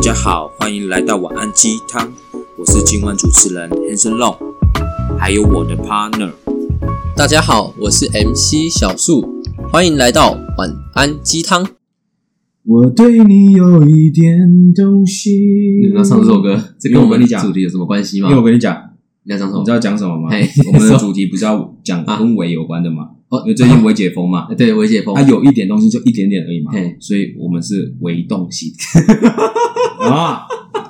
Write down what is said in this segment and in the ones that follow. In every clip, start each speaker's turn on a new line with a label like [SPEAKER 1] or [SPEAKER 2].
[SPEAKER 1] 家好，欢迎来到晚安鸡汤，我是今晚主持人 Hanson Long，还有我的 partner。
[SPEAKER 2] 大家好，我是 MC 小树，欢迎来到晚安鸡汤。
[SPEAKER 3] 我对你有一点东西。
[SPEAKER 2] 你要唱这首歌，这
[SPEAKER 3] 因
[SPEAKER 2] 跟我
[SPEAKER 3] 为我
[SPEAKER 2] 们
[SPEAKER 3] 跟你讲
[SPEAKER 2] 主题有什么关系
[SPEAKER 3] 因
[SPEAKER 2] 吗
[SPEAKER 3] 为？我跟你讲，
[SPEAKER 2] 你要唱什
[SPEAKER 3] 你
[SPEAKER 2] 么
[SPEAKER 3] 知？道讲什么吗
[SPEAKER 2] 嘿？
[SPEAKER 3] 我们
[SPEAKER 2] 说
[SPEAKER 3] 的主题不是要讲
[SPEAKER 2] 啊
[SPEAKER 3] 跟围有关的吗？
[SPEAKER 2] 哦
[SPEAKER 3] 因为最近微解封嘛，
[SPEAKER 2] 对，我解封
[SPEAKER 3] 它。有一点东西就一点点而已嘛
[SPEAKER 2] 嘿，
[SPEAKER 3] 所以我们是微动 心啊，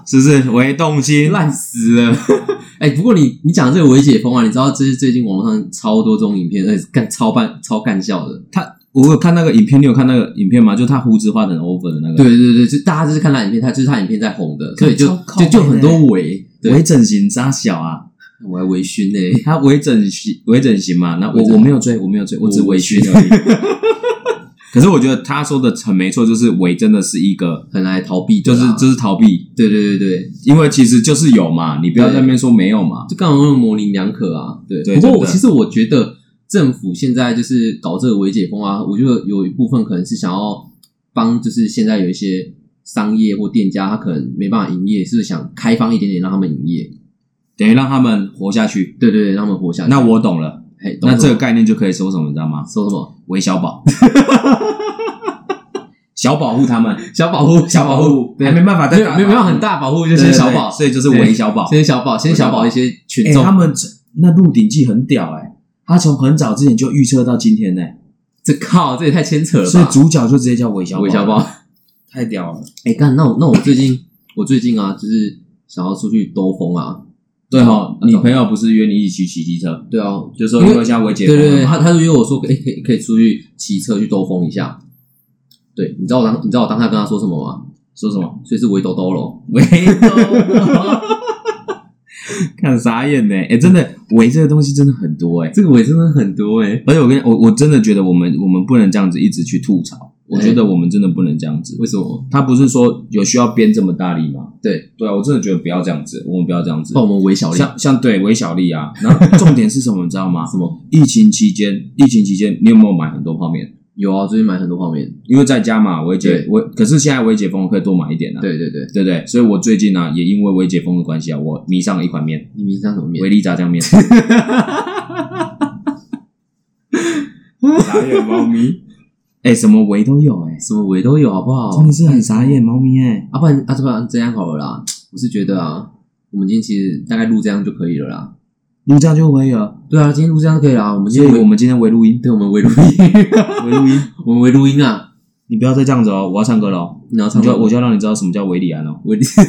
[SPEAKER 3] 是不是微动心？
[SPEAKER 2] 烂
[SPEAKER 3] 死了！
[SPEAKER 2] 哎、不过你你讲这个我解封啊，你知道这是最近网络上超多这种影片，而且干超半超干笑的。
[SPEAKER 3] 他，我有看那个影片，你有看那个影片吗？就他胡子画的很 over 的那个
[SPEAKER 2] 对对对，就大家就是看烂影片，他就是他影片在红的，所以就
[SPEAKER 3] 超靠
[SPEAKER 2] 就
[SPEAKER 3] 北
[SPEAKER 2] 就很多
[SPEAKER 3] 的欸
[SPEAKER 2] 伪。对，
[SPEAKER 3] 微整形扎小啊，
[SPEAKER 2] 我还微醺呢、
[SPEAKER 3] 他微整形，微整形嘛，那
[SPEAKER 2] 微
[SPEAKER 3] 我
[SPEAKER 2] 整
[SPEAKER 3] 我没有追，我没有追，我只微醺而已。可是我觉得他说的很没错，就是微真的是一个，
[SPEAKER 2] 很来逃避
[SPEAKER 3] 就
[SPEAKER 2] 的啦。
[SPEAKER 3] 是就是逃避，
[SPEAKER 2] 对对对对，
[SPEAKER 3] 因为其实就是有嘛，你不要在那边说没有嘛。
[SPEAKER 2] 就干嘛那么模棱两可啊？对，
[SPEAKER 3] 对
[SPEAKER 2] 不过
[SPEAKER 3] 真
[SPEAKER 2] 我
[SPEAKER 3] 的
[SPEAKER 2] 其实我觉得政府现在就是搞这个微解封啊，我觉得有一部分可能是想要帮，就是现在有一些商业或店家，他可能没办法营业，是想开放一点点让他们营业，
[SPEAKER 3] 等于让他们活下去。
[SPEAKER 2] 对对对，让他们活下去。
[SPEAKER 3] 那我懂了，
[SPEAKER 2] 嘿，懂
[SPEAKER 3] 那这
[SPEAKER 2] 什
[SPEAKER 3] 个
[SPEAKER 2] 么
[SPEAKER 3] 概念就可以说什么，你知道吗？
[SPEAKER 2] 说什么？
[SPEAKER 3] 韦小 宝，小保护他们，
[SPEAKER 2] 小保护，
[SPEAKER 3] 小保护
[SPEAKER 2] 对，
[SPEAKER 3] 还没办法再
[SPEAKER 2] 没有
[SPEAKER 3] 打
[SPEAKER 2] 没有没有
[SPEAKER 3] 保护
[SPEAKER 2] 很大保护，就
[SPEAKER 3] 对
[SPEAKER 2] 先
[SPEAKER 3] 对
[SPEAKER 2] 小
[SPEAKER 3] 对
[SPEAKER 2] 保，
[SPEAKER 3] 所以就是韦小宝。
[SPEAKER 2] 先小保，先小保一些群
[SPEAKER 3] 哎，
[SPEAKER 2] 众。
[SPEAKER 3] 他们那《鹿鼎记》很屌哎，他从很早之前就预测到今天呢。
[SPEAKER 2] 这靠，这也太牵扯了吧？
[SPEAKER 3] 所以主角就直接叫韦小宝，
[SPEAKER 2] 韦小宝。
[SPEAKER 3] 太屌了，
[SPEAKER 2] 哎，干，那我那我最近我最近啊，就是想要出去兜风啊。
[SPEAKER 3] 对
[SPEAKER 2] 哦
[SPEAKER 3] 哦，你朋友不是约你一起去骑机车，
[SPEAKER 2] 对啊，
[SPEAKER 3] 就说
[SPEAKER 2] 因
[SPEAKER 3] 因
[SPEAKER 2] 为
[SPEAKER 3] 为现在我解
[SPEAKER 2] 对
[SPEAKER 3] 封
[SPEAKER 2] 对对，
[SPEAKER 3] 了
[SPEAKER 2] 他
[SPEAKER 3] 嘛，
[SPEAKER 2] 他就约我说，哎，可以可以出去骑车去兜风一下。对，你知道我当你知道我当下跟他说什么吗？
[SPEAKER 3] 说什么
[SPEAKER 2] 所以是围兜兜喽。
[SPEAKER 3] 围兜， 看傻眼呢，哎，真的围这个东西真的很多哎，
[SPEAKER 2] 这个围真的很多哎，
[SPEAKER 3] 而且我跟我我真的觉得我们我们不能这样子一直去吐槽，我觉得我们真的不能这样子。
[SPEAKER 2] 为什么？
[SPEAKER 3] 他不是说有需要编这么大力吗？
[SPEAKER 2] 对，
[SPEAKER 3] 对啊，我真的觉得不要这样子，我们不要这样子
[SPEAKER 2] 帮。我们围小丽
[SPEAKER 3] 像像对韦小丽 啊，然后重点是 什么你知道吗？
[SPEAKER 2] 什么？
[SPEAKER 3] 疫情期间，疫情期间你有没有买很多泡面？
[SPEAKER 2] 有啊，最近买很多泡面。
[SPEAKER 3] 因为在家嘛，微解
[SPEAKER 2] 对
[SPEAKER 3] 我可是现在微解封，我可以多买一点啊。
[SPEAKER 2] 对对对，
[SPEAKER 3] 对不对？所以我最近呢、也因为微解封的关系啊，我迷上了一款面
[SPEAKER 2] 你名字叫什么
[SPEAKER 3] ——
[SPEAKER 2] 面
[SPEAKER 3] 维？力炸酱面。傻眼猫咪！ 哎、什么围都有哎、
[SPEAKER 2] 什么围都有，好不好？
[SPEAKER 3] 真的是很傻眼猫咪哎、
[SPEAKER 2] 啊，不然啊，这不然这样好了啦。我是觉得啊，我们今天其实大概录这样就可以了啦。
[SPEAKER 3] 录这样就会了，
[SPEAKER 2] 对啊，今天录这样就可以了啊。我们今
[SPEAKER 3] 所以
[SPEAKER 2] 天围
[SPEAKER 3] 我们今天围录音，
[SPEAKER 2] 对，我们围录音，
[SPEAKER 3] 围录音，
[SPEAKER 2] 我们围录音啊。
[SPEAKER 3] 你不要再这样子哦，我要唱歌了哦，
[SPEAKER 2] 你要
[SPEAKER 3] 你
[SPEAKER 2] 唱
[SPEAKER 3] 就
[SPEAKER 2] 歌，
[SPEAKER 3] 我就要让你知道什么叫维里安哦，
[SPEAKER 2] 我，你只是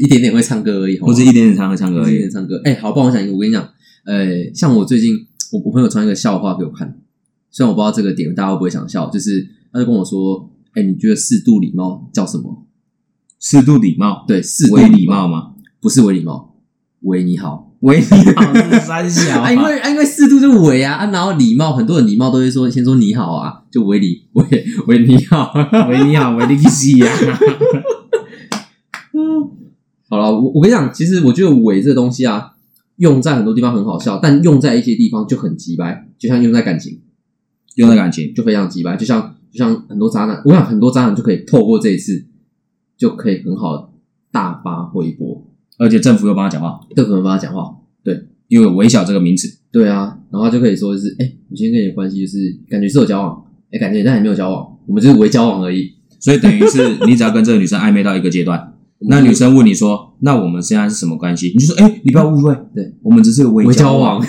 [SPEAKER 2] 一点点会唱歌而已，好吗
[SPEAKER 3] 我只一点点唱歌唱歌而
[SPEAKER 2] 一
[SPEAKER 3] 已
[SPEAKER 2] 点。唱歌。哎、好，帮我讲一个，我跟你讲，呃，像我最近，我我朋友传一个笑话给我看，虽然我不知道这个点大家会不会想笑，就是他就跟我说，哎、你觉得适度礼貌叫什么？
[SPEAKER 3] 适度礼貌，
[SPEAKER 2] 对，适度
[SPEAKER 3] 维
[SPEAKER 2] 礼
[SPEAKER 3] 礼
[SPEAKER 2] 貌
[SPEAKER 3] 貌吗？
[SPEAKER 2] 不是为礼貌，为你好。
[SPEAKER 3] 维礼貌是三小、
[SPEAKER 2] 啊，因为啊，因为适度就为啊，啊，然后礼貌，很多人礼貌都会说，先说你好啊，就为礼为为你好。
[SPEAKER 3] 维尼好，维力西呀，
[SPEAKER 2] 好了，我我跟你讲，其实我觉得伪这个东西啊，用在很多地方很好笑，但用在一些地方就很鸡掰，就像用在感情
[SPEAKER 3] 用的感情，
[SPEAKER 2] 就非常鸡掰，就像就像很多渣男，我想很多渣男就可以透过这一次，就可以很好地大发挥一波，
[SPEAKER 3] 而且政府又帮他讲话，
[SPEAKER 2] 对可能帮他讲话，
[SPEAKER 3] 因为有微小这个名词，
[SPEAKER 2] 对啊，然后他就可以说就是，哎、我今天跟你的关系就是感觉是有交往，哎、感觉但也没有交往，我们就是为交往而已。
[SPEAKER 3] 所以等于是 你只要跟这个女生暧昧到一个阶段，
[SPEAKER 2] 我
[SPEAKER 3] 那
[SPEAKER 2] 们
[SPEAKER 3] 女生问你说：“那我们现在是什么关系？”你就说：“哎、你不要误会，
[SPEAKER 2] 对
[SPEAKER 3] 我们只是微
[SPEAKER 2] 为
[SPEAKER 3] 交
[SPEAKER 2] 交往，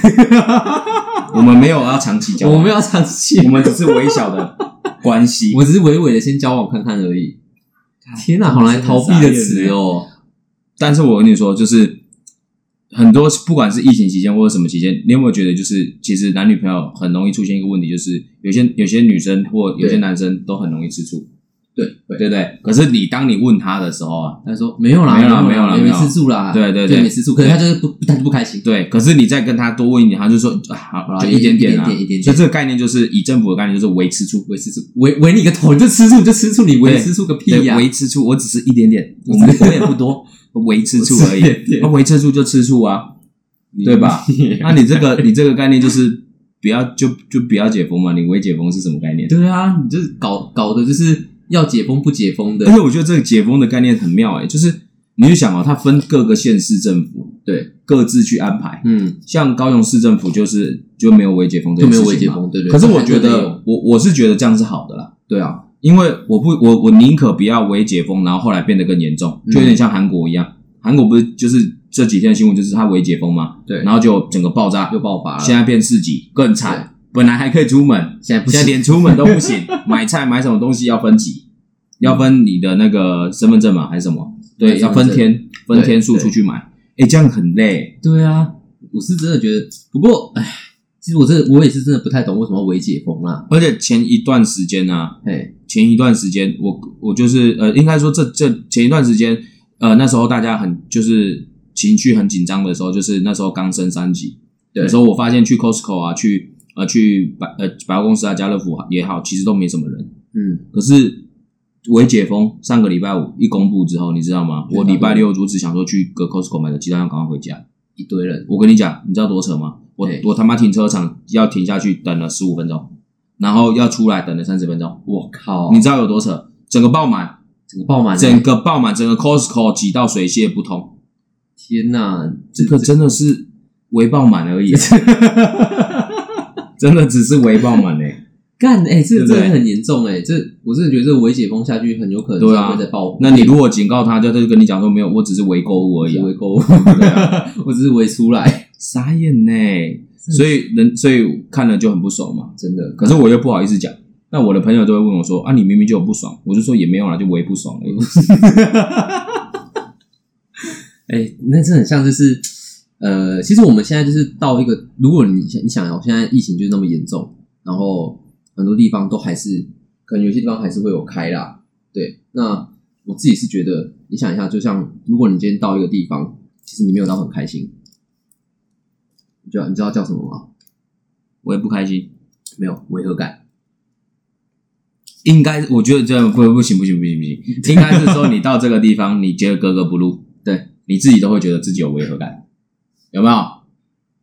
[SPEAKER 3] 我们没有要长期交 往，
[SPEAKER 2] 我们要长期
[SPEAKER 3] 我们只是微小的关系。
[SPEAKER 2] 我只是微微的先交往看看而已。天哪，好难逃避的词
[SPEAKER 3] 欸
[SPEAKER 2] 哦！”
[SPEAKER 3] 但是我跟你说，就是很多不管是疫情期间或者什么期间，你有没有觉得，就是其实男女朋友很容易出现一个问题，就是有些有些女生或有些
[SPEAKER 2] 对
[SPEAKER 3] 男生都很容易吃醋，
[SPEAKER 2] 对对，
[SPEAKER 3] 对不对？可是你当你问他的时候啊，
[SPEAKER 2] 他说没有啦，
[SPEAKER 3] 没有啦
[SPEAKER 2] 啦，
[SPEAKER 3] 没有啦
[SPEAKER 2] 没
[SPEAKER 3] 没有啦
[SPEAKER 2] 吃醋啦，
[SPEAKER 3] 对对
[SPEAKER 2] 就
[SPEAKER 3] 对
[SPEAKER 2] 没吃醋，可是他就是不，他就不开心。
[SPEAKER 3] 对，可是你再跟他多问一点，他就说啊，好
[SPEAKER 2] 啦
[SPEAKER 3] 就
[SPEAKER 2] 一
[SPEAKER 3] 一点
[SPEAKER 2] 点
[SPEAKER 3] 啊，
[SPEAKER 2] 一点一点点
[SPEAKER 3] 所以这个概念就是以政府的概念就是维吃出，维吃出，
[SPEAKER 2] 围围你个头，你就吃醋，你就吃醋，你围
[SPEAKER 3] 对
[SPEAKER 2] 吃醋个屁
[SPEAKER 3] 对，
[SPEAKER 2] 呀！
[SPEAKER 3] 维吃出，我只是一点点，
[SPEAKER 2] 我
[SPEAKER 3] 我
[SPEAKER 2] 只
[SPEAKER 3] 们
[SPEAKER 2] 是
[SPEAKER 3] 我也不多，维吃出而
[SPEAKER 2] 我只是一点
[SPEAKER 3] 已，
[SPEAKER 2] 点
[SPEAKER 3] 那维吃出就吃出啊，对 吧？那你这个你这个概念就是不要就就不要解封嘛，你维解封是什么概念？
[SPEAKER 2] 对啊，你就是搞搞的，就是要解封不解封的
[SPEAKER 3] 而，且我觉得这个解封的概念很妙哎、就是你就想哦，它分各个县市政府
[SPEAKER 2] 对，
[SPEAKER 3] 各自去安排，
[SPEAKER 2] 嗯，
[SPEAKER 3] 像高雄市政府就是就没有微解封这
[SPEAKER 2] 就
[SPEAKER 3] 件
[SPEAKER 2] 没
[SPEAKER 3] 事情
[SPEAKER 2] 有微解
[SPEAKER 3] 嘛
[SPEAKER 2] 封，对对。
[SPEAKER 3] 可是我觉
[SPEAKER 2] 还是会有
[SPEAKER 3] 得，我我是觉得这样是好的啦。对啊，因为我不，我我宁可不要微解封，然后后来变得更严重，
[SPEAKER 2] 嗯
[SPEAKER 3] 就有点像韩国一样。韩国不是就是这几天的新闻，就是它微解封嘛，
[SPEAKER 2] 对，
[SPEAKER 3] 然后就整个爆炸，
[SPEAKER 2] 又爆发了，
[SPEAKER 3] 现在变四级，更惨。本来还可以出门，
[SPEAKER 2] 现在不
[SPEAKER 3] 现在
[SPEAKER 2] 行
[SPEAKER 3] 连出门都不 行，买菜买什么东西要分级，要分你的那个身份证嘛还是什么？对，
[SPEAKER 2] 对
[SPEAKER 3] 要分
[SPEAKER 2] 身份证
[SPEAKER 3] 天分天数
[SPEAKER 2] 对
[SPEAKER 3] 出去买。哎，这样很累。
[SPEAKER 2] 对啊，我是真的觉得，不过唉，其实我真的我也是真的不太懂为什么要微解封啊哎啦、
[SPEAKER 3] 而且前一段时间呢、啊，
[SPEAKER 2] 嘿，
[SPEAKER 3] 前一段时间，我我就是呃，应该说这这前一段时间，呃，那时候大家很就是情绪很紧张的时候，就是那时候刚升三级，
[SPEAKER 2] 对
[SPEAKER 3] 有时候我发现去 Costco 啊，去呃去百呃百货公司啊、家乐福也好，其实都没什么人。
[SPEAKER 2] 嗯，
[SPEAKER 3] 可是我一解封，上个礼拜五一公布之后，你知道吗？
[SPEAKER 2] 对
[SPEAKER 3] 我礼拜六就只想说去个 Costco 买个鸡蛋，要赶快回家。
[SPEAKER 2] 一堆人，
[SPEAKER 3] 我跟你讲，你知道多扯吗？我
[SPEAKER 2] 对
[SPEAKER 3] 我他妈停车场要停下去等了十五分钟，然后要出来等了三十分钟。
[SPEAKER 2] 我靠，
[SPEAKER 3] 你知道有多扯？整个爆哦满，
[SPEAKER 2] 整个爆满，
[SPEAKER 3] 整个爆满，整个 Costco 挤到水泄不通，
[SPEAKER 2] 天呐，
[SPEAKER 3] 这个真的是微爆满而已，啊 真的只是微爆满哎。
[SPEAKER 2] 干哎、这
[SPEAKER 3] 对不
[SPEAKER 2] 个
[SPEAKER 3] 对
[SPEAKER 2] 真的很严重哎、这我真的觉得这个微解封下去很有可能
[SPEAKER 3] 对
[SPEAKER 2] 是
[SPEAKER 3] 啊
[SPEAKER 2] 会再爆。
[SPEAKER 3] 那你如果警告他，就他就跟你讲说没有，我只是微购物而已
[SPEAKER 2] 只
[SPEAKER 3] 啊，
[SPEAKER 2] 微购物，
[SPEAKER 3] 对啊
[SPEAKER 2] 我只是微出来，
[SPEAKER 3] 傻眼呢。所以人所以看了就很不爽嘛，
[SPEAKER 2] 真的。
[SPEAKER 3] 可是我又不好意思讲。那我的朋友都会问我说啊，你明明就有不爽，我就说也没有啦，就微不爽而已。
[SPEAKER 2] 哎、那这很像就是，呃，其实我们现在就是到一个，如果你想你想哦，现在疫情就是那么严重，然后很多地方都还是，可能有些地方还是会有开啦。对，那我自己是觉得，你想一下，就像如果你今天到一个地方，其实你没有到很开心，你知道你知道叫什么吗？
[SPEAKER 3] 我也不开心，
[SPEAKER 2] 没有违和感，
[SPEAKER 3] 应该我觉得这样不不行不行不行不行，应该是说你到这个地方，你觉得格格不入，
[SPEAKER 2] 对
[SPEAKER 3] 你自己都会觉得自己有违和感，有没有？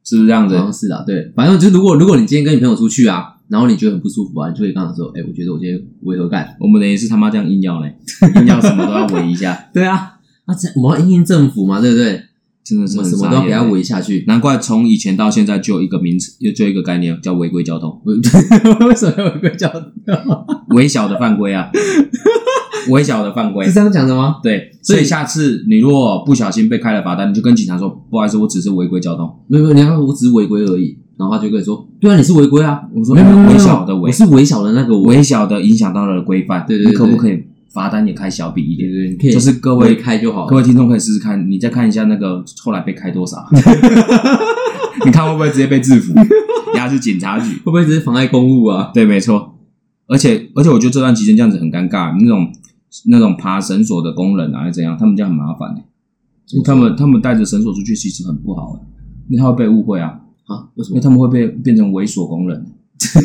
[SPEAKER 3] 是不是这样
[SPEAKER 2] 好
[SPEAKER 3] 子？
[SPEAKER 2] 像是啊，对，反正就是如果如果你今天跟你朋友出去啊，然后你觉得很不舒服啊，你就可以跟他说，哎、我觉得我今天违和感，
[SPEAKER 3] 我们的也是他妈这样硬 要嘞，硬要什么都要围一下，
[SPEAKER 2] 对啊，啊，这我们要因应政府嘛，对不对？
[SPEAKER 3] 真的是
[SPEAKER 2] 我
[SPEAKER 3] 很
[SPEAKER 2] 们什么
[SPEAKER 3] 傻眼
[SPEAKER 2] 都要给它
[SPEAKER 3] 欸
[SPEAKER 2] 围下去。，
[SPEAKER 3] 难怪从以前到现在就有一个名词，就有一个概念叫违规交通
[SPEAKER 2] 为什么要违规交通？
[SPEAKER 3] 微小的犯规 啊，微小的犯规
[SPEAKER 2] 是。这样讲的吗？
[SPEAKER 3] 对，
[SPEAKER 2] 所
[SPEAKER 3] 所
[SPEAKER 2] 以
[SPEAKER 3] 以下次你如果不小心被开了罚单，你就跟警察说，不好意思，我只是违规交通。
[SPEAKER 2] 没有没有，你看我只是违规而已。然后他就跟你说，对啊，你是违规啊。
[SPEAKER 3] 我说
[SPEAKER 2] 没有没有没
[SPEAKER 3] 微
[SPEAKER 2] 有
[SPEAKER 3] 小的
[SPEAKER 2] 我
[SPEAKER 3] 违，
[SPEAKER 2] 是微小的那个违。
[SPEAKER 3] 微小的影响到了规范，
[SPEAKER 2] 对对对
[SPEAKER 3] 你可不可以罚单也开小笔一
[SPEAKER 2] 对
[SPEAKER 3] 点？
[SPEAKER 2] 对，你可以
[SPEAKER 3] 就是各
[SPEAKER 2] 微
[SPEAKER 3] 位
[SPEAKER 2] 开就好
[SPEAKER 3] 各
[SPEAKER 2] 了。
[SPEAKER 3] 位听众可以试试看，你再看一下那个后来被开多 少，你看会不会直接被制服？压是警察局，
[SPEAKER 2] 会不会只是妨碍公务啊？
[SPEAKER 3] 对，没错。而且而且，我觉得这段期间这样子很尴尬，那种那种爬绳索的工人啊，还是怎样，他们这样很麻烦、欸、
[SPEAKER 2] 怎么说
[SPEAKER 3] 他们他们带着绳索出去其实很不好、欸，那他会被误会啊，
[SPEAKER 2] 啊？为什
[SPEAKER 3] 因为
[SPEAKER 2] 么？
[SPEAKER 3] 他们会被变成猥琐工人，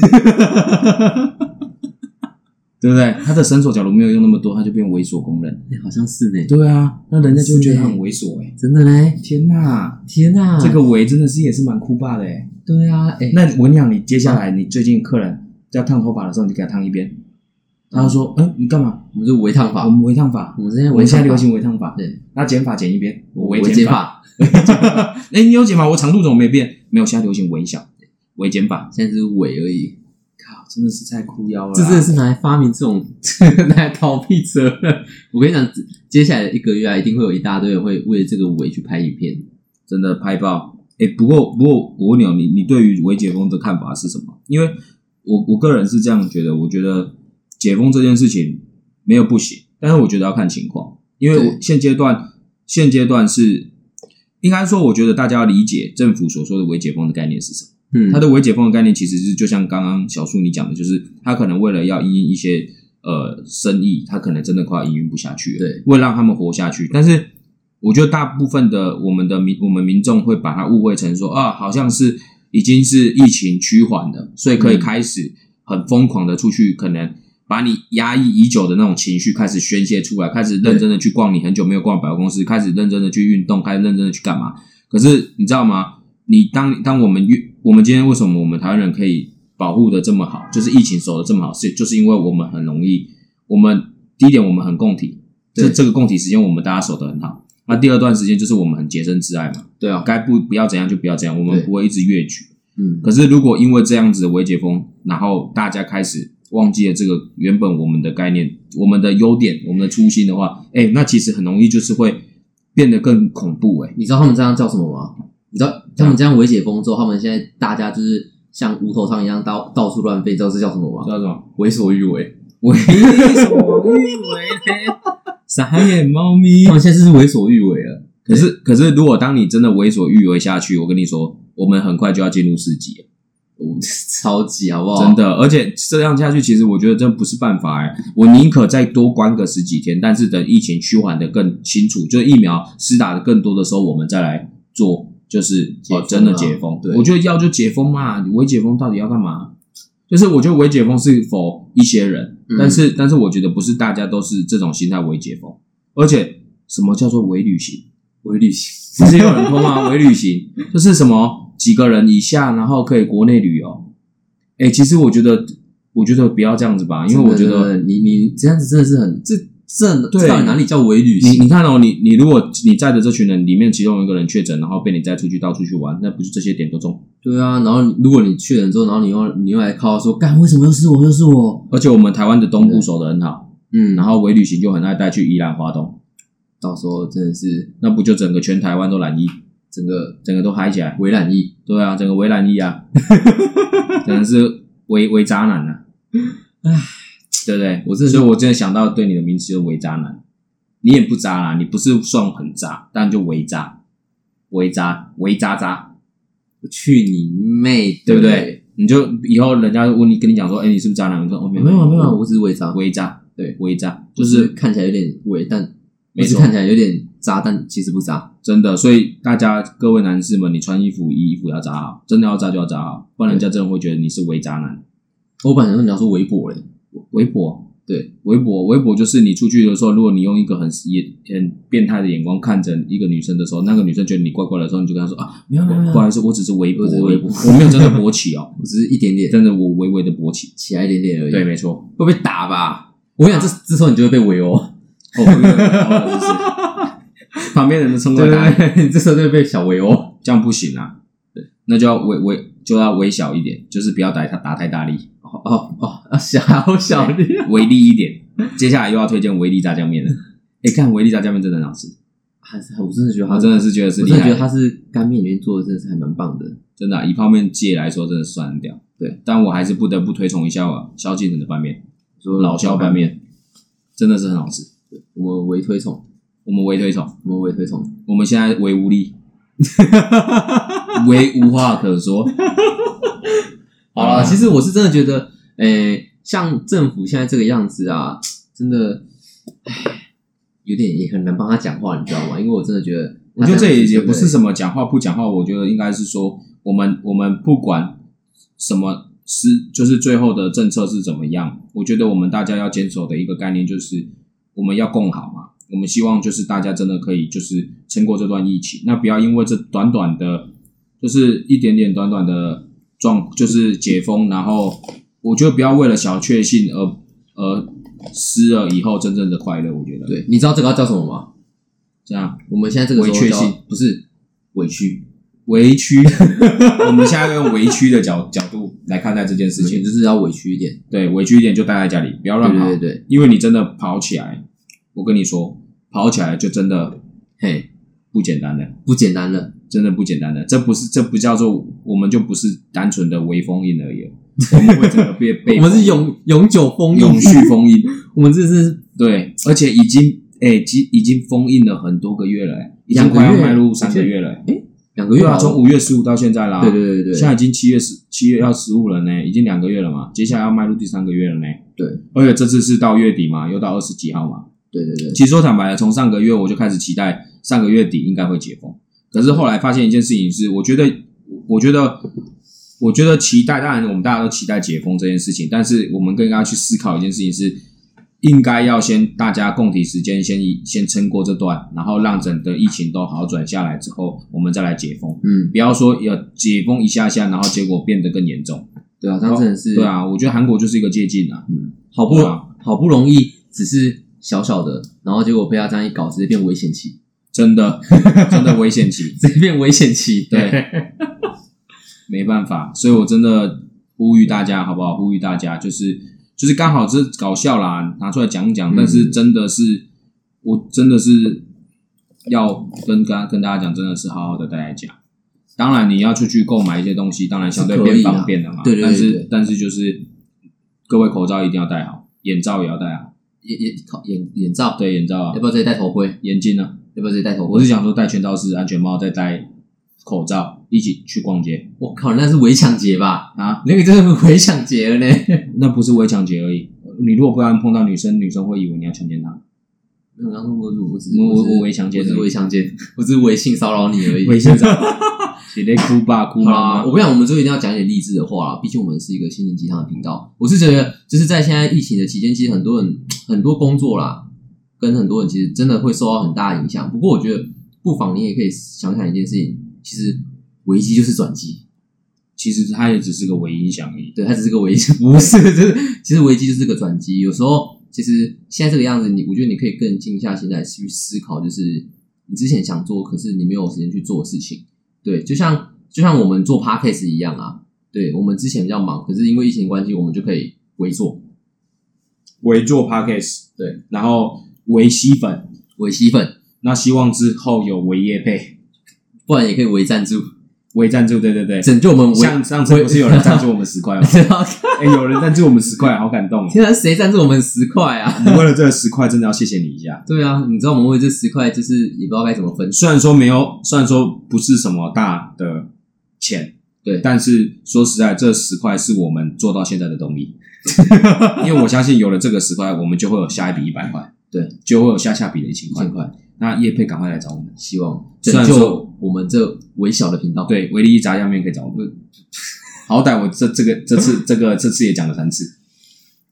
[SPEAKER 3] 对不对？他的绳索假如没有用那么多，他就变猥琐工人。
[SPEAKER 2] 哎好像是呢。
[SPEAKER 3] 对啊，那人家就会觉得他很猥琐哎、
[SPEAKER 2] 真的嘞！
[SPEAKER 3] 天哪，
[SPEAKER 2] 天哪，
[SPEAKER 3] 这个围真的是也是蛮酷霸的哎、
[SPEAKER 2] 对啊，哎，
[SPEAKER 3] 那我跟你讲，你接下来你最近客人要烫头发的时候，你就给他烫一边。他就说：“哎、你干嘛？
[SPEAKER 2] 我们就围烫
[SPEAKER 3] 我
[SPEAKER 2] 法，
[SPEAKER 3] 们围烫发，
[SPEAKER 2] 我们现在
[SPEAKER 3] 我
[SPEAKER 2] 围
[SPEAKER 3] 们现在
[SPEAKER 2] 烫
[SPEAKER 3] 流
[SPEAKER 2] 法，
[SPEAKER 3] 行围烫发。
[SPEAKER 2] 对，
[SPEAKER 3] 那剪发剪一边，我
[SPEAKER 2] 围
[SPEAKER 3] 围剪发。
[SPEAKER 2] 法，
[SPEAKER 3] 哎、你有剪发，我长度怎么没变？没有，现在流行微小微剪发。
[SPEAKER 2] 现在只是围而已。
[SPEAKER 3] 靠，真的是太哭腰了啊。
[SPEAKER 2] 这真的是拿来发明这种， 拿来逃避责任。我跟你讲，接下来的一个月啊，一定会有一大堆人会为这个尾去拍影片。
[SPEAKER 3] 真的拍爆。哎、不过不过，我问你哦，你你对于微解封的看法是什么？因为我我个人是这样觉得，我觉得解封这件事情没有不行，但是我觉得要看情况，因为我
[SPEAKER 2] 对
[SPEAKER 3] 现阶段现阶段是应该说，我觉得大家要理解政府所说的微解封的概念是什么。
[SPEAKER 2] 嗯
[SPEAKER 3] 它的微解封的概念其实是就像刚刚小树你讲的，就是他可能为了要因应一些呃生意，他可能真的快要营运不下去了，
[SPEAKER 2] 对，
[SPEAKER 3] 为了让他们活下去。但是我觉得大部分的我们的民我们民众会把它误会成说啊，好像是已经是疫情趋缓了，所以可以
[SPEAKER 2] 嗯
[SPEAKER 3] 开始很疯狂的出去，可能。把你压抑已久的那种情绪开始宣泄出来，开始认真的去逛你很久没有逛的百货公司，开始认真的去运动，开始认真的去干嘛？可是你知道吗？你当当我们越我们今天为什么我们台湾人可以保护的这么好，就是疫情守的这么好，是就是因为我们很容易，我们第一点我们很共体，这
[SPEAKER 2] 对
[SPEAKER 3] 这个共体时间我们大家守得很好。那第二段时间就是我们很洁身自爱嘛，
[SPEAKER 2] 对啊，
[SPEAKER 3] 该不不要怎样就不要怎样，我们
[SPEAKER 2] 对
[SPEAKER 3] 不会一直越矩。
[SPEAKER 2] 嗯，
[SPEAKER 3] 可是如果因为这样子的微解封，然后大家开始忘记了这个原本我们的概念、我们的优点、我们的初心的话，哎、那其实很容易就是会变得更恐怖、诶哎，
[SPEAKER 2] 你知道他们这样叫什么吗？你知
[SPEAKER 3] 啊
[SPEAKER 2] 道他们这样解封之后，他们现在大家就是像无头苍一样到到处乱飞，你知道这叫什么
[SPEAKER 3] 知
[SPEAKER 2] 吗？
[SPEAKER 3] 道什么？
[SPEAKER 2] 为所欲为。
[SPEAKER 3] 为所欲为，傻眼猫咪
[SPEAKER 2] 他。们现在是为所欲为了。
[SPEAKER 3] 可是，可是，如果当你真的为所欲为下去，我跟你说，我们很快就要进入四级了，
[SPEAKER 2] 我超级好不好？
[SPEAKER 3] 真，的。而且这样下去，其实我觉得这不是办法哎、我宁可再多关个十几天，但是等疫情趋缓的更清楚，就是疫苗施打的更多的时候，我们再来做，就是
[SPEAKER 2] 解封
[SPEAKER 3] 哦，
[SPEAKER 2] 啊
[SPEAKER 3] 真的解封。
[SPEAKER 2] 对
[SPEAKER 3] 我觉得要就解封嘛，你微解封到底要干嘛？就是我觉得微解封是否一些人，
[SPEAKER 2] 嗯
[SPEAKER 3] 但是但是我觉得不是大家都是这种心态微解封，而且什么叫做微旅行？
[SPEAKER 2] 为旅行。
[SPEAKER 3] 不是有人说 吗？微旅行就是什么几个人以下，然后可以国内旅游。哎、其实我觉得，我觉得不要这样子吧，因为我觉
[SPEAKER 2] 真的
[SPEAKER 3] 得
[SPEAKER 2] 真的你你这样子真的是很这这
[SPEAKER 3] 对
[SPEAKER 2] 这到底哪里叫为旅
[SPEAKER 3] 你
[SPEAKER 2] 行？
[SPEAKER 3] 你看哦，你你如果你在的这群人里面其中一个人确诊，然后被你带出去到处去玩，那不是这些点都中？
[SPEAKER 2] 对啊，然后你如果你确诊之后，然后你又你又来靠说，干为什么又是我又是我？
[SPEAKER 3] 而且我们台湾的东部守得很好，
[SPEAKER 2] 嗯，
[SPEAKER 3] 然
[SPEAKER 2] 然后
[SPEAKER 3] 后微旅行就很爱带去宜兰、华东，
[SPEAKER 2] 到时候真的是
[SPEAKER 3] 那不就整个全台湾都染疫，整个整个都嗨起来？
[SPEAKER 2] 为难意，
[SPEAKER 3] 对啊，整个围染疫 啊，真的是围围渣男啊，唉，对不对？我
[SPEAKER 2] 真的是
[SPEAKER 3] 所以我真的想到对你的名词就是围渣男，你也不渣啦，你不是算很渣，但就围渣，围渣，围渣渣，
[SPEAKER 2] 去你妹，
[SPEAKER 3] 对不对？你就以后人家问你，跟你讲说，哎，你是不是渣男？你说哦，没
[SPEAKER 2] 没
[SPEAKER 3] 有
[SPEAKER 2] 有没啊有没有，
[SPEAKER 3] 我
[SPEAKER 2] 我只是伪渣，
[SPEAKER 3] 围渣，
[SPEAKER 2] 对，
[SPEAKER 3] 围渣，就
[SPEAKER 2] 就是是看起来有点伪，但
[SPEAKER 3] 没
[SPEAKER 2] 就是
[SPEAKER 3] 错
[SPEAKER 2] 看起来有点渣，但其实不渣。
[SPEAKER 3] 真的，所以大家各位男士们，你穿衣服衣服要扎好，真的要扎就要扎好，不然人家真的会觉得你是伪渣男。
[SPEAKER 2] 我本来想说你要说微博嘞，
[SPEAKER 3] 微博，
[SPEAKER 2] 对，
[SPEAKER 3] 微博，微博就是你出去的时候，如果你用一个很眼很变态的眼光看着一个女生的时候，那个女生觉得你怪怪的时候，你就跟她说啊，
[SPEAKER 2] 没有没有没有
[SPEAKER 3] 不好意思，我只是微博
[SPEAKER 2] 我只
[SPEAKER 3] 而已，
[SPEAKER 2] 是微博
[SPEAKER 3] 我没有真的勃起哦，
[SPEAKER 2] 我只是一点点
[SPEAKER 3] 真的我微微的勃起。
[SPEAKER 2] 起来一点点而已，
[SPEAKER 3] 对，，没错。
[SPEAKER 2] 会被打吧？我跟你讲，这这时候你就会被围 殴，
[SPEAKER 3] 哦，不是不是旁边人都冲过来，
[SPEAKER 2] 对，这时候就会被小围殴。
[SPEAKER 3] 这样不行啊，对，那就要微微就要微小一点，就是不要打太打太大力，
[SPEAKER 2] 哦哦哦，啊小小力，
[SPEAKER 3] 微力一点。接下来又要推荐维力炸酱面了。哎，看维力炸酱面真的很好吃，
[SPEAKER 2] 还是我真的觉得他
[SPEAKER 3] 我真的是觉得是
[SPEAKER 2] 我
[SPEAKER 3] 厉
[SPEAKER 2] 真
[SPEAKER 3] 害
[SPEAKER 2] 的
[SPEAKER 3] 的，
[SPEAKER 2] 觉得他是干面里面做的，真的是还蛮棒的。
[SPEAKER 3] 真的啊、以泡面界来说，真的是算很屌。
[SPEAKER 2] 对，
[SPEAKER 3] 但我还是不得不推崇一下我萧敬腾的拌面，
[SPEAKER 2] 说
[SPEAKER 3] 老萧拌，面，真的是很好吃。
[SPEAKER 2] 我们为推崇，
[SPEAKER 3] 我们唯推崇，
[SPEAKER 2] 我们为推崇。
[SPEAKER 3] 我们现在唯无 力，唯无话可 说。
[SPEAKER 2] 好
[SPEAKER 3] 好啦
[SPEAKER 2] 了，其实我是真的觉得，诶、像政府现在这个样子啊，真的，唉有点也很难帮他讲话，你知道吗？因为我真的觉得，
[SPEAKER 3] 我觉得这也也不是
[SPEAKER 2] 么，
[SPEAKER 3] 什么讲话不讲话，我觉得应该是说，我们我们不管什么是就是最后的政策是怎么样，我觉得我们大家要坚守的一个概念就是我们要共好嘛。我们希望就是大家真的可以就是撑过这段疫情，那不要因为这短短的，就是一点点短短的状，就是解封，然后我觉得不要为了小确幸而而失了以后真正的快乐。我觉得
[SPEAKER 2] 对，你知道这个要叫什么吗？
[SPEAKER 3] 这样
[SPEAKER 2] 我们现在这个时候
[SPEAKER 3] 委屈
[SPEAKER 2] 叫
[SPEAKER 3] 性
[SPEAKER 2] 不是委屈，
[SPEAKER 3] 微 区，我们现在用微区的角角度来看待这件事
[SPEAKER 2] 事情
[SPEAKER 3] 情
[SPEAKER 2] 就。是要委屈一点。
[SPEAKER 3] 对，委屈一点就待在家里，不要
[SPEAKER 2] 对
[SPEAKER 3] 乱跑，
[SPEAKER 2] 对对对，
[SPEAKER 3] 因为你真的跑起来，我跟你说，跑起来就真的
[SPEAKER 2] 嘿，
[SPEAKER 3] 不简单的，
[SPEAKER 2] 不简单了，
[SPEAKER 3] 真的不简单的。这不是，这不叫做，我们就不是单纯的微封印而已了，我们会整个被被
[SPEAKER 2] 我们是永永久封印
[SPEAKER 3] 永续封 印，
[SPEAKER 2] 我们这是
[SPEAKER 3] 对，而且已经哎，已经已经封印了很多个月了，哎已经
[SPEAKER 2] 两个
[SPEAKER 3] 快
[SPEAKER 2] 月
[SPEAKER 3] 要迈入三个月了。哎
[SPEAKER 2] 两个
[SPEAKER 3] 对
[SPEAKER 2] 月
[SPEAKER 3] 啊，
[SPEAKER 2] 吧
[SPEAKER 3] 从五月十五到现在啦，
[SPEAKER 2] 对对对对对，
[SPEAKER 3] 现在已经七月十七月要十五了呢，已经两个月了嘛，接下来要迈入第三个月了呢。
[SPEAKER 2] 对，
[SPEAKER 3] 而且这次是到月底嘛，又到二十几号嘛。
[SPEAKER 2] 对对对，
[SPEAKER 3] 其实说坦白的，从上个月我就开始期待上个月底应该会解封，可是后来发现一件事情是，我觉得，我觉得，我觉得期待，当然我们大家都期待解封这件事情，但是我们更应该去思考一件事情是，应该要先大家共体时间先以先撑过这段，然后让整个疫情都好转下来之后，我们再来解封。
[SPEAKER 2] 嗯，
[SPEAKER 3] 不要说要解封一下下，然后结果变得更严重。
[SPEAKER 2] 对啊，这样真的是
[SPEAKER 3] 对，啊，我觉得韩国就是一个借鉴啊。
[SPEAKER 2] 好不
[SPEAKER 3] 对啊
[SPEAKER 2] 好不容易只是小小的，然后结果被他这样一搞，直接变危险期，
[SPEAKER 3] 真 的真的危险期，
[SPEAKER 2] 直接变危险期。
[SPEAKER 3] 对，没办法，所以我真的呼吁大家，好不好？呼吁大家，就是就是刚好是搞笑啦，拿出来讲一讲，
[SPEAKER 2] 嗯
[SPEAKER 3] 但是真的是，我真的是要跟跟跟大家讲，真的是好好的大家讲。当然，你要出去购买一些东西，当然相对
[SPEAKER 2] 是可
[SPEAKER 3] 变
[SPEAKER 2] 以啦
[SPEAKER 3] 方便了嘛。
[SPEAKER 2] 对对对
[SPEAKER 3] 但是
[SPEAKER 2] 对
[SPEAKER 3] 但是就是，各位口罩一定要戴好，眼罩也要戴好。
[SPEAKER 2] 眼眼靠眼眼罩，
[SPEAKER 3] 对，眼罩啊
[SPEAKER 2] 要，不要直接戴头盔？
[SPEAKER 3] 眼镜啊，
[SPEAKER 2] 要不要直接戴头
[SPEAKER 3] 我
[SPEAKER 2] 盔
[SPEAKER 3] 是？想说戴全罩式安全帽，再戴口罩，一起去逛街
[SPEAKER 2] 我靠，那是围抢劫吧？
[SPEAKER 3] 啊。
[SPEAKER 2] 那个真的是围抢劫了呢。
[SPEAKER 3] 那不是围抢劫而已。你如果不然碰到女生，女生会以为你要强奸她。
[SPEAKER 2] 我刚刚我我只
[SPEAKER 3] 我
[SPEAKER 2] 我只
[SPEAKER 3] 我围强奸
[SPEAKER 2] 我只
[SPEAKER 3] 而已
[SPEAKER 2] 是围强奸，我只是微信骚扰你而已。
[SPEAKER 3] 微信上， 你在哭吧哭
[SPEAKER 2] 好啦，
[SPEAKER 3] 妈
[SPEAKER 2] 我
[SPEAKER 3] 妈。
[SPEAKER 2] 不想我们最后一定要讲一点励志的话啦，毕竟我们是一个心灵鸡汤的频道。我是觉得，就是在现在疫情的期间，其实很多人很多工作啦，跟很多人其实真的会受到很大的影响。不过我觉得，不妨你也可以想想一件事情，其实危机就是转机，
[SPEAKER 3] 其实她也只是个伪音响而已。
[SPEAKER 2] 对，它只是个危机， 不是，就是其实危机就是个转机。有时候其实现在这个样子，你我觉得你可以更静下心来去思考，就是你之前想做，可是你没有时间去做的事情。对，就像就像我们做 podcast 一样啊，对我们之前比较忙，可是因为疫情关系，我们就可以围做、
[SPEAKER 3] 围做 podcast，
[SPEAKER 2] 对，
[SPEAKER 3] 然后围吸粉，
[SPEAKER 2] 围吸粉，
[SPEAKER 3] 那希望之后有围业配、
[SPEAKER 2] 不然也可以围赞助，
[SPEAKER 3] 围赞助，对对对。
[SPEAKER 2] 拯救我们围。
[SPEAKER 3] 像上次不是有人赞助我们十 块吗？哎，有人赞助我们十块，好感动哦！
[SPEAKER 2] 天啊，谁赞助我们十块啊？
[SPEAKER 3] 你为了这十块，真的要谢谢你一下。
[SPEAKER 2] 对啊，你知道我们为这十块，就是也不知道该怎么分。
[SPEAKER 3] 虽然说没有，虽然说不是什么大的钱，
[SPEAKER 2] 对
[SPEAKER 3] 但是说实在，这十块是我们做到现在的动力， 因为我相信有了这个十块，我们就会有下一笔一百块，
[SPEAKER 2] 对，
[SPEAKER 3] 就会有下下笔的一千
[SPEAKER 2] 一
[SPEAKER 3] 块
[SPEAKER 2] 千。块，
[SPEAKER 3] 那叶佩赶快来找我们，
[SPEAKER 2] 希望
[SPEAKER 3] 虽然
[SPEAKER 2] 拯
[SPEAKER 3] 说
[SPEAKER 2] 救我们这微小的频道。
[SPEAKER 3] 对，维力一炸酱面可以找我们。 好歹我这这个这次这个这次也讲了三次。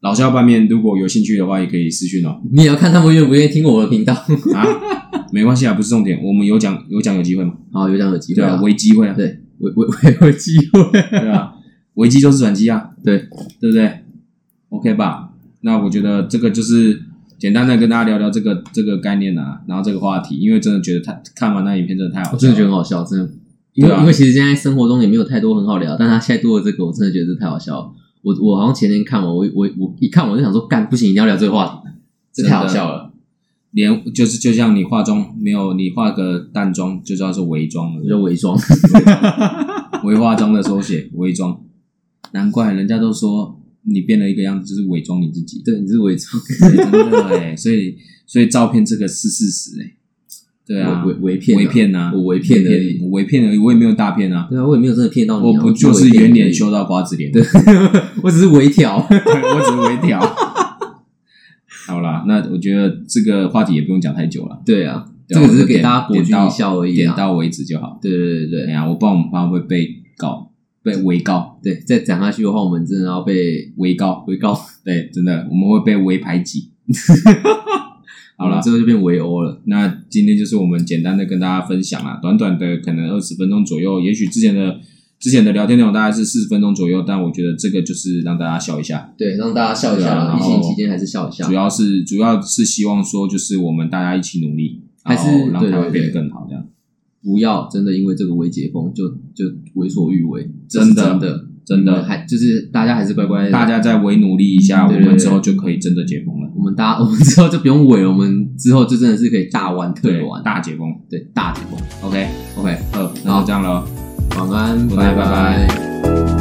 [SPEAKER 3] 老肖拌面如果有兴趣的话，也可以私讯哦。
[SPEAKER 2] 你也要看他们愿不愿意听我们的 频道。
[SPEAKER 3] 啊， 没关系啊，不是重点，我们有讲有讲有机会吗？
[SPEAKER 2] 好，有这样的机会
[SPEAKER 3] 对啊，
[SPEAKER 2] 啊，
[SPEAKER 3] 微机会啊，
[SPEAKER 2] 对，我我我有机会。
[SPEAKER 3] 对啊，危机就是转机啊。
[SPEAKER 2] 对，
[SPEAKER 3] 对不对？OK 吧？那我觉得这个就是简单的跟大家聊聊这个这个概念啊，然后这个话题，因为真的觉得太看完那影片真的太好笑
[SPEAKER 2] 我
[SPEAKER 3] 了，
[SPEAKER 2] 真的觉得很好笑，真的。因为、
[SPEAKER 3] 对啊
[SPEAKER 2] 因为其实现在生活中也没有太多很好聊，但他现在多了这个，我真的觉得这太好笑了。我我好像前天看完，我我我一看我就想说，干不行，一定要聊这个话题，这
[SPEAKER 3] 真的
[SPEAKER 2] 太好笑了。
[SPEAKER 3] 连就是就像你化妆没有你化个淡妆就知道是伪装
[SPEAKER 2] 我就
[SPEAKER 3] 了，
[SPEAKER 2] 伪装，
[SPEAKER 3] 伪化妆的缩写伪装，难怪人家都说你变了一个样子就是伪装你自己，
[SPEAKER 2] 对，你是伪装，
[SPEAKER 3] 对真的哎、所以所以照片这个是事实哎、对啊，
[SPEAKER 2] 我伪伪骗啊
[SPEAKER 3] 伪骗啊，
[SPEAKER 2] 我伪骗而已
[SPEAKER 3] 我伪骗而已，我也没有大骗啊，
[SPEAKER 2] 对啊，我也没有真的骗到你、啊，
[SPEAKER 3] 我不
[SPEAKER 2] 只
[SPEAKER 3] 就是
[SPEAKER 2] 伪骗
[SPEAKER 3] 圆
[SPEAKER 2] 而已
[SPEAKER 3] 脸，修到瓜子 脸？对，
[SPEAKER 2] 我只是微调。
[SPEAKER 3] 我只是微调。好啦，那我觉得这个话题也不用讲太久了，
[SPEAKER 2] 对啊，
[SPEAKER 3] 对
[SPEAKER 2] 这
[SPEAKER 3] 啊
[SPEAKER 2] 个只是
[SPEAKER 3] 我就
[SPEAKER 2] 给大家博
[SPEAKER 3] 点
[SPEAKER 2] 君一笑而已
[SPEAKER 3] 点
[SPEAKER 2] 啊。
[SPEAKER 3] 到为止就好。
[SPEAKER 2] 对对对对
[SPEAKER 3] 哎呀，我不然我们怕会被告，被围告，
[SPEAKER 2] 对，再讲下去的话，我们真的要被
[SPEAKER 3] 围告，
[SPEAKER 2] 围 告。
[SPEAKER 3] 对，真的我们会被围排挤。 好
[SPEAKER 2] 我
[SPEAKER 3] 了
[SPEAKER 2] 们，最后就变围殴了。
[SPEAKER 3] 那今天就是我们简单的跟大家分享啦，短短的可能二十分钟左右，也许之前的之前的聊天内容大概是四十分钟左右，但我觉得这个就是让大家笑一下。
[SPEAKER 2] 对，让大家笑一下
[SPEAKER 3] 对啊
[SPEAKER 2] 啦。
[SPEAKER 3] 然
[SPEAKER 2] 疫
[SPEAKER 3] 后
[SPEAKER 2] 情期间还是笑一下
[SPEAKER 3] 主。要是主要是希望说，就是我们大家一起努力，
[SPEAKER 2] 还
[SPEAKER 3] 然
[SPEAKER 2] 是
[SPEAKER 3] 后让
[SPEAKER 2] 对
[SPEAKER 3] 台湾
[SPEAKER 2] 对
[SPEAKER 3] 变得
[SPEAKER 2] 对
[SPEAKER 3] 更好，这样
[SPEAKER 2] 不要真的因为这个微解封就就为所欲为，这
[SPEAKER 3] 真
[SPEAKER 2] 是
[SPEAKER 3] 的
[SPEAKER 2] 真的
[SPEAKER 3] 真的
[SPEAKER 2] 你们还就是大家还是乖乖的，
[SPEAKER 3] 大家再微努力一下，我
[SPEAKER 2] 对对
[SPEAKER 3] 们之
[SPEAKER 2] 对
[SPEAKER 3] 后就可以真的解封了。
[SPEAKER 2] 我们大家 我们之后就不用围，我们之后就真的是可以大玩特
[SPEAKER 3] 对，
[SPEAKER 2] 玩，
[SPEAKER 3] 大解封。
[SPEAKER 2] 对大解封。
[SPEAKER 3] OK
[SPEAKER 2] OK，
[SPEAKER 3] 二，那
[SPEAKER 2] 好
[SPEAKER 3] 就这样了。
[SPEAKER 2] 晚安，
[SPEAKER 3] 晚安拜
[SPEAKER 2] 拜
[SPEAKER 3] 拜
[SPEAKER 2] 拜